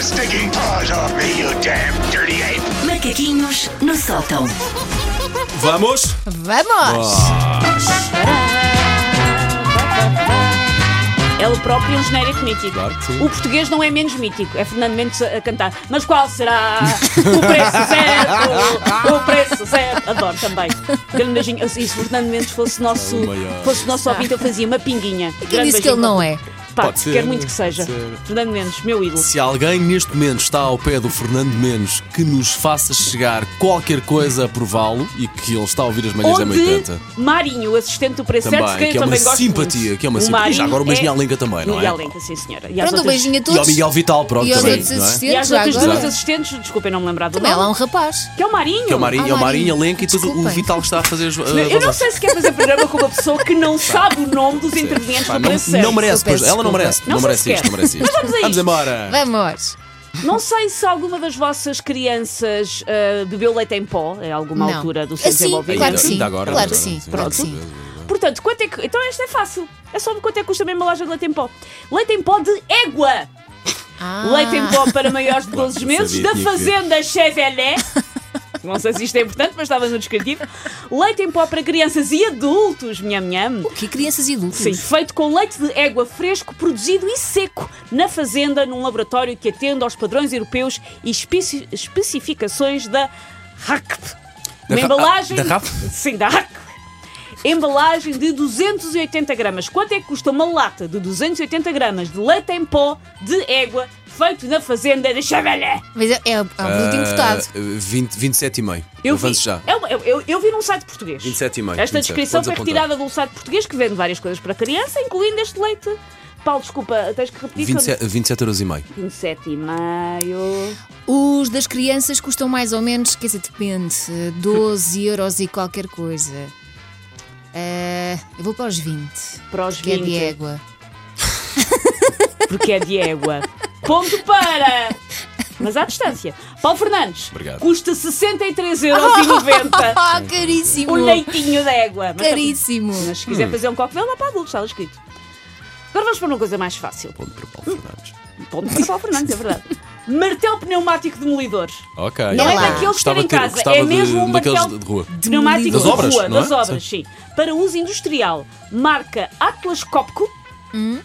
stinking paws off me, you damn dirty ape! Macaquinhos no sótão. Vamos? Vamos! Ele próprio é um genérico mítico. Claro que sim. O português não é menos mítico, é Fernando Mendes a, a cantar. Mas qual será o preço certo? O preço certo. Adoro também. Grande beijinho. Eu- E se Fernando Mendes fosse nosso, o maior. fosse nosso ouvinte, eu fazia uma pinguinha. Quem disse que ele não é? Pá, Pode ser, quero muito que pode seja. ser. Fernando Mendes, meu ídolo. Se alguém neste momento está ao pé do Fernando Menos que nos faça chegar qualquer coisa a prová-lo e que ele está a ouvir as manhãs da Onde 80. Marinho, assistente do preço certo, é Também, eu que é uma também gosto simpatia, muito. que é uma O simpatia. Marinho Já agora um beijinho é- à Lenga também, não é? E à Lenga, sim, senhora. E às Pronto, um outras- beijinho a E ao todos. Miguel Vital, pronto, E aos também. outros não é? E assistentes, às já outras duas agora. assistentes, desculpem não me lembrar do Também ela é um nome. rapaz. Que é o Marinho. Que é o Marinho, Ah, é o Marinho, a Marinho, Lenca e todo o desculpem. Vital que está a fazer. as- eh, Não, as Eu não vozes. sei se quer fazer programa com uma pessoa que não sabe o nome dos intervenientes Pá, do não, processo. não merece, Eu pois, peço ela desculpa. não merece. Não, Não sei merece sequer. isto, não merece isto. Mas vamos a isto. embora. Vamos! Não sei se alguma das vossas crianças ah, bebeu leite em pó em alguma Não. altura do seu Ah, sim, desenvolvimento. claro que Ainda sim. agora, claro que doutora, sim, sim. claro que Pronto. é sim. Portanto, quanto é que. Então esta é fácil. É só quanto é que custa mesmo a loja de leite em pó. Leite em pó de égua. Ah, Leite em pó para maiores de 12 sabia, meses tinha da que ver. Fazenda Chevelé. Não sei se isto é importante, mas estava no descritivo. Leite em pó para crianças e adultos, minha nham. Que crianças e adultos. Sim, feito com leite de égua fresco, produzido e seco na fazenda, num laboratório que atende aos padrões europeus e especi- especificações da RACP. Da Uma Ra- embalagem. da RAP? Sim, da RACP. Embalagem de 280 gramas. Quanto é que custa uma lata de 280 gramas de leite em pó de égua feito na fazenda de Chavalé? Mas é, é, é um produto importado. Ah, 20, 27,5. Eu vi, Avanço já. É uma- eu, eu- eu vi num site português. 27,5, Esta 27, descrição podes foi apontar. retirada de um site português que vende várias coisas para criança, incluindo este leite. Paulo, desculpa, tens que repetir. 27 27 euros e meio. 27 e meio. Os das crianças custam mais ou menos, quer dizer, depende, 12 euros e qualquer coisa. Ah, eu vou para os 20. Para os Que é de 20. égua. Porque é de égua. Ponto para... Mas à distância. Paulo Fernandes. Obrigado. Custa 63,90 euros. Ah, caríssimo! o leitinho de égua. Mas- tá Caríssimo! Mas se quiser fazer um coquetel, lá para adultos, está lá escrito. Agora vamos para uma coisa mais fácil. Ponto para Paulo Fernandes. Ponto para Paulo Fernandes, é verdade. Martelo peumático demolidor. Ok. Não é lá. daqueles que Gostava têm em de ter- casa, gostava é de- mesmo um daqueles martelo de rua. pneumático Das de obras, rua, não é? das obras, sim. Para uso industrial, marca Atlas Copco. Hum?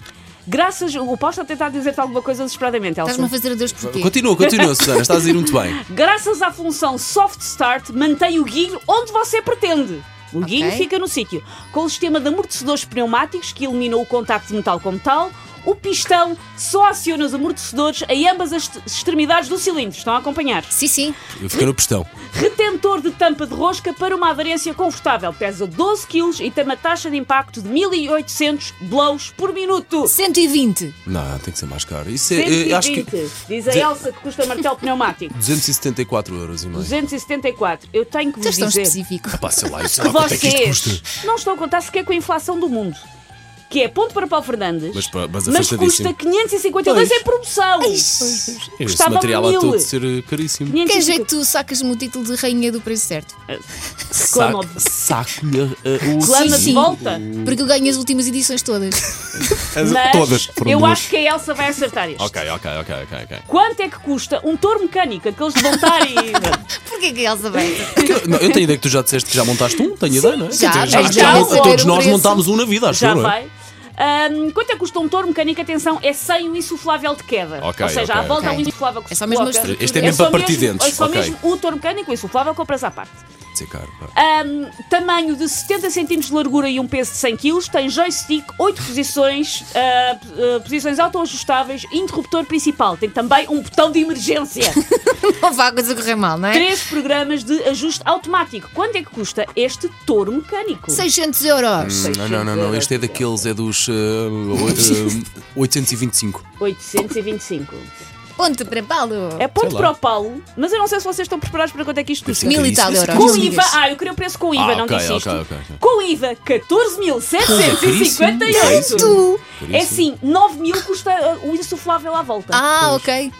Graças, o Paulo está a tentar dizer-te alguma coisa desesperadamente, Estás-me a Elsa. fazer a dois porquê? Continua, continua, Susana. Estás a ir muito bem. Graças à função Soft Start, mantém o guinho onde você pretende. O Ok. guinho fica no sítio. Com o sistema de amortecedores pneumáticos que elimina o contacto de metal com metal, o pistão só aciona os amortecedores em ambas as t- extremidades do cilindro. Estão a acompanhar? Sim, sim. Eu fiquei no pistão. Retentor de tampa de rosca para uma aderência confortável. Pesa 12 kg e tem uma taxa de impacto de 1800 blows por minuto. 120. Não, tem que ser mais caro. Isso é. eh, acho que. 120. Diz a Elsa que custa martelo pneumático. 274 euros e meio. 274. Eu tenho que vos Estás tão dizer específico. Pá, sei lá, sei que lá quanto é que isto custa. vocês não estão a contar sequer com a inflação do mundo. Que é ponto para Paulo Fernandes, Mas pá, mas custa afastadíssimo. 552 em é promoção. Este Custava material mil. a todo ser eh, caríssimo. 500 é Que jeito que tu sacas-me o título de rainha do preço certo? Reclama- Saco- Saco-lhe eh, o Reclama de Sim. volta. Porque eu ganho as últimas edições todas. As- Mas Todas. foram eu duas. acho que a Elsa vai acertar isto. Ok, ok, ok, ok, ok. Quanto é que custa um touro mecânico, aqueles de montar e. Porquê que a Elsa vai? Porque eu- não, eu tenho ideia É que tu já disseste que já montaste um, tenho ideia, não é? já, Quer dizer, mas acho que já já, vou saber todos o nós preço. montámos um na vida, acho Já eu, não é? vai. Ahm, quanto é que custa um touro mecânico? Atenção, é sem o insuflável de queda. Ok, Ou seja, ok, à volta ok. ao insuflável que É se só mesmo a coloca. estrutura. Este é mesmo só para partir mesmo- dentes, É só ok. mesmo o touro mecânico, o insuflável compras à parte. Deve ser é caro, pá. Ahm, tamanho de 70 cm de largura e um peso de 100 kg. Tem joystick, 8 posições, ah, p- ah, posições autoajustáveis, interruptor principal. Tem também um botão de emergência. Não vá a coisa correr mal, não é? Três programas de ajuste automático. Quanto é que custa este touro mecânico? 600 euros. Não, não, não, não, este é daqueles, é dos eh, oi- eh, 825. 825. Ponto para Paulo. É ponto Sei lá. para o Paulo, mas eu não sei se vocês estão preparados para quanto é que isto custa. Mil e tal Isso, isso, euros. Com Não IVA, digas. ah, eu queria o preço com IVA, Ah, não ok, disse isto. ok, ok, ok. Com IVA, Porra, 14.758. caríssimo. uh, É assim, 9 mil custa ah, o insuflável à volta. Ah, ok.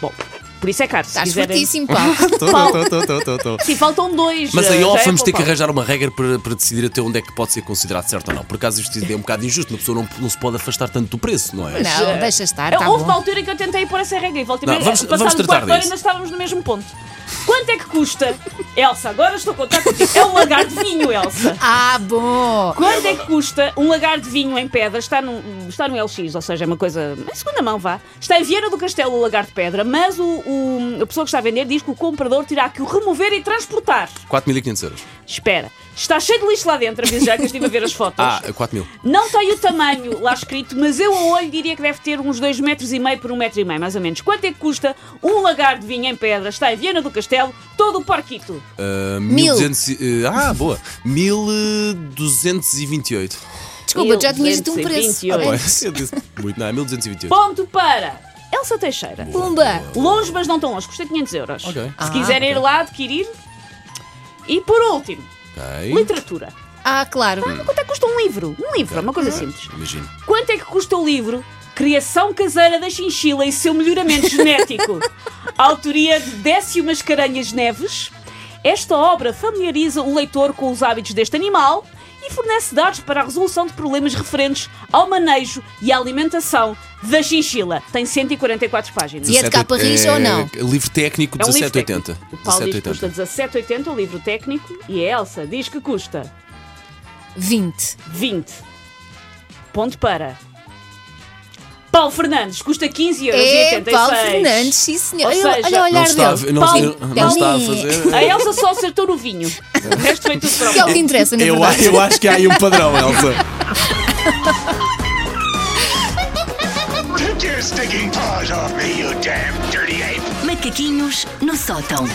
Bom, Por isso é caro. Se Estás quiserem- fortíssimo, pá. Estou, estou, estou, estou, estou, estou. Sim, faltam dois. Mas eh, aí, ó, já é vamos ter que poupar. arranjar uma regra para, para decidir até onde é que pode ser considerado certo ou não. Por acaso isto é um bocado injusto, uma pessoa não, não se pode afastar tanto do preço, não é? Eh, Não, deixa estar, tá Houve bom. uma altura que eu tentei pôr essa regra e voltei Não, meia, vamos- passado vamos um tratar quarto de hora disso. ainda estávamos no mesmo ponto. Quanto é que custa? Elsa, agora estou a contar contigo. É um lagar de vinho, Elsa. Ah, bom. Quanto é que custa um lagar de vinho em pedra? Está no, está no LX, ou seja, é uma coisa. Em segunda mão, vá. Está em Vieira do Castelo o lagar de pedra, mas o, o- a pessoa que está a vender diz que o comprador terá que o remover e transportar. 4.500 euros. Espera, está cheio de lixo lá dentro, aviso já que eu estive a ver as fotos. Ah, 4.000. Não tem o tamanho lá escrito, mas eu a olho diria que deve ter uns 2 metros e meio por 1 metro e meio, mais ou menos. Quanto é que custa um lagar de vinho em pedra? Está em Viena do Castelo, todo o parquito. Ah, Mil. 1200 e- ah, boa. 1.228. Desculpa, já tinhas dito um 1228. preço. Ah, Ué, Ok. eu disse muito, não, é 1.228. Ponto para Elsa Teixeira. Pumba. Longe, mas não tão longe, custa 500 euros. Ok. Se Ah, quiserem ir lá adquirir. E por último, Ok. literatura. Ah, claro. Hum. Quanto é que custa um livro? Um livro, é uma coisa simples. Imagino. Quanto é que custa o livro Criação Caseira da Chinchila e seu Melhoramento Genético? Autoria de Décio Mascarenhas Neves. Esta obra familiariza o leitor com os hábitos deste animal e fornece dados para a resolução de problemas referentes ao manejo e à alimentação da chinchila. Tem 144 páginas. E é de capa rixa ou não? eh, Livro técnico É um livro técnico. 1780. O Paulo diz que 1780. custa 17,80 o livro técnico e a Elsa diz que custa 20. 20. Ponto para. Paulo Fernandes custa 15 euros É, 86. Paulo Fernandes, sim senhor. Ou Eu- seja, olha o Não olhar está, a dele. ver- não, Paulo, não- não está a Paulo. fazer. A Elsa só acertou no vinho. O resto foi tudo Que é o que para interessa, na Eu, verdade. eu acho que há aí um padrão, Elsa. Take your stinking paws off me, you damn dirty ape! Macaquinhos no sótão.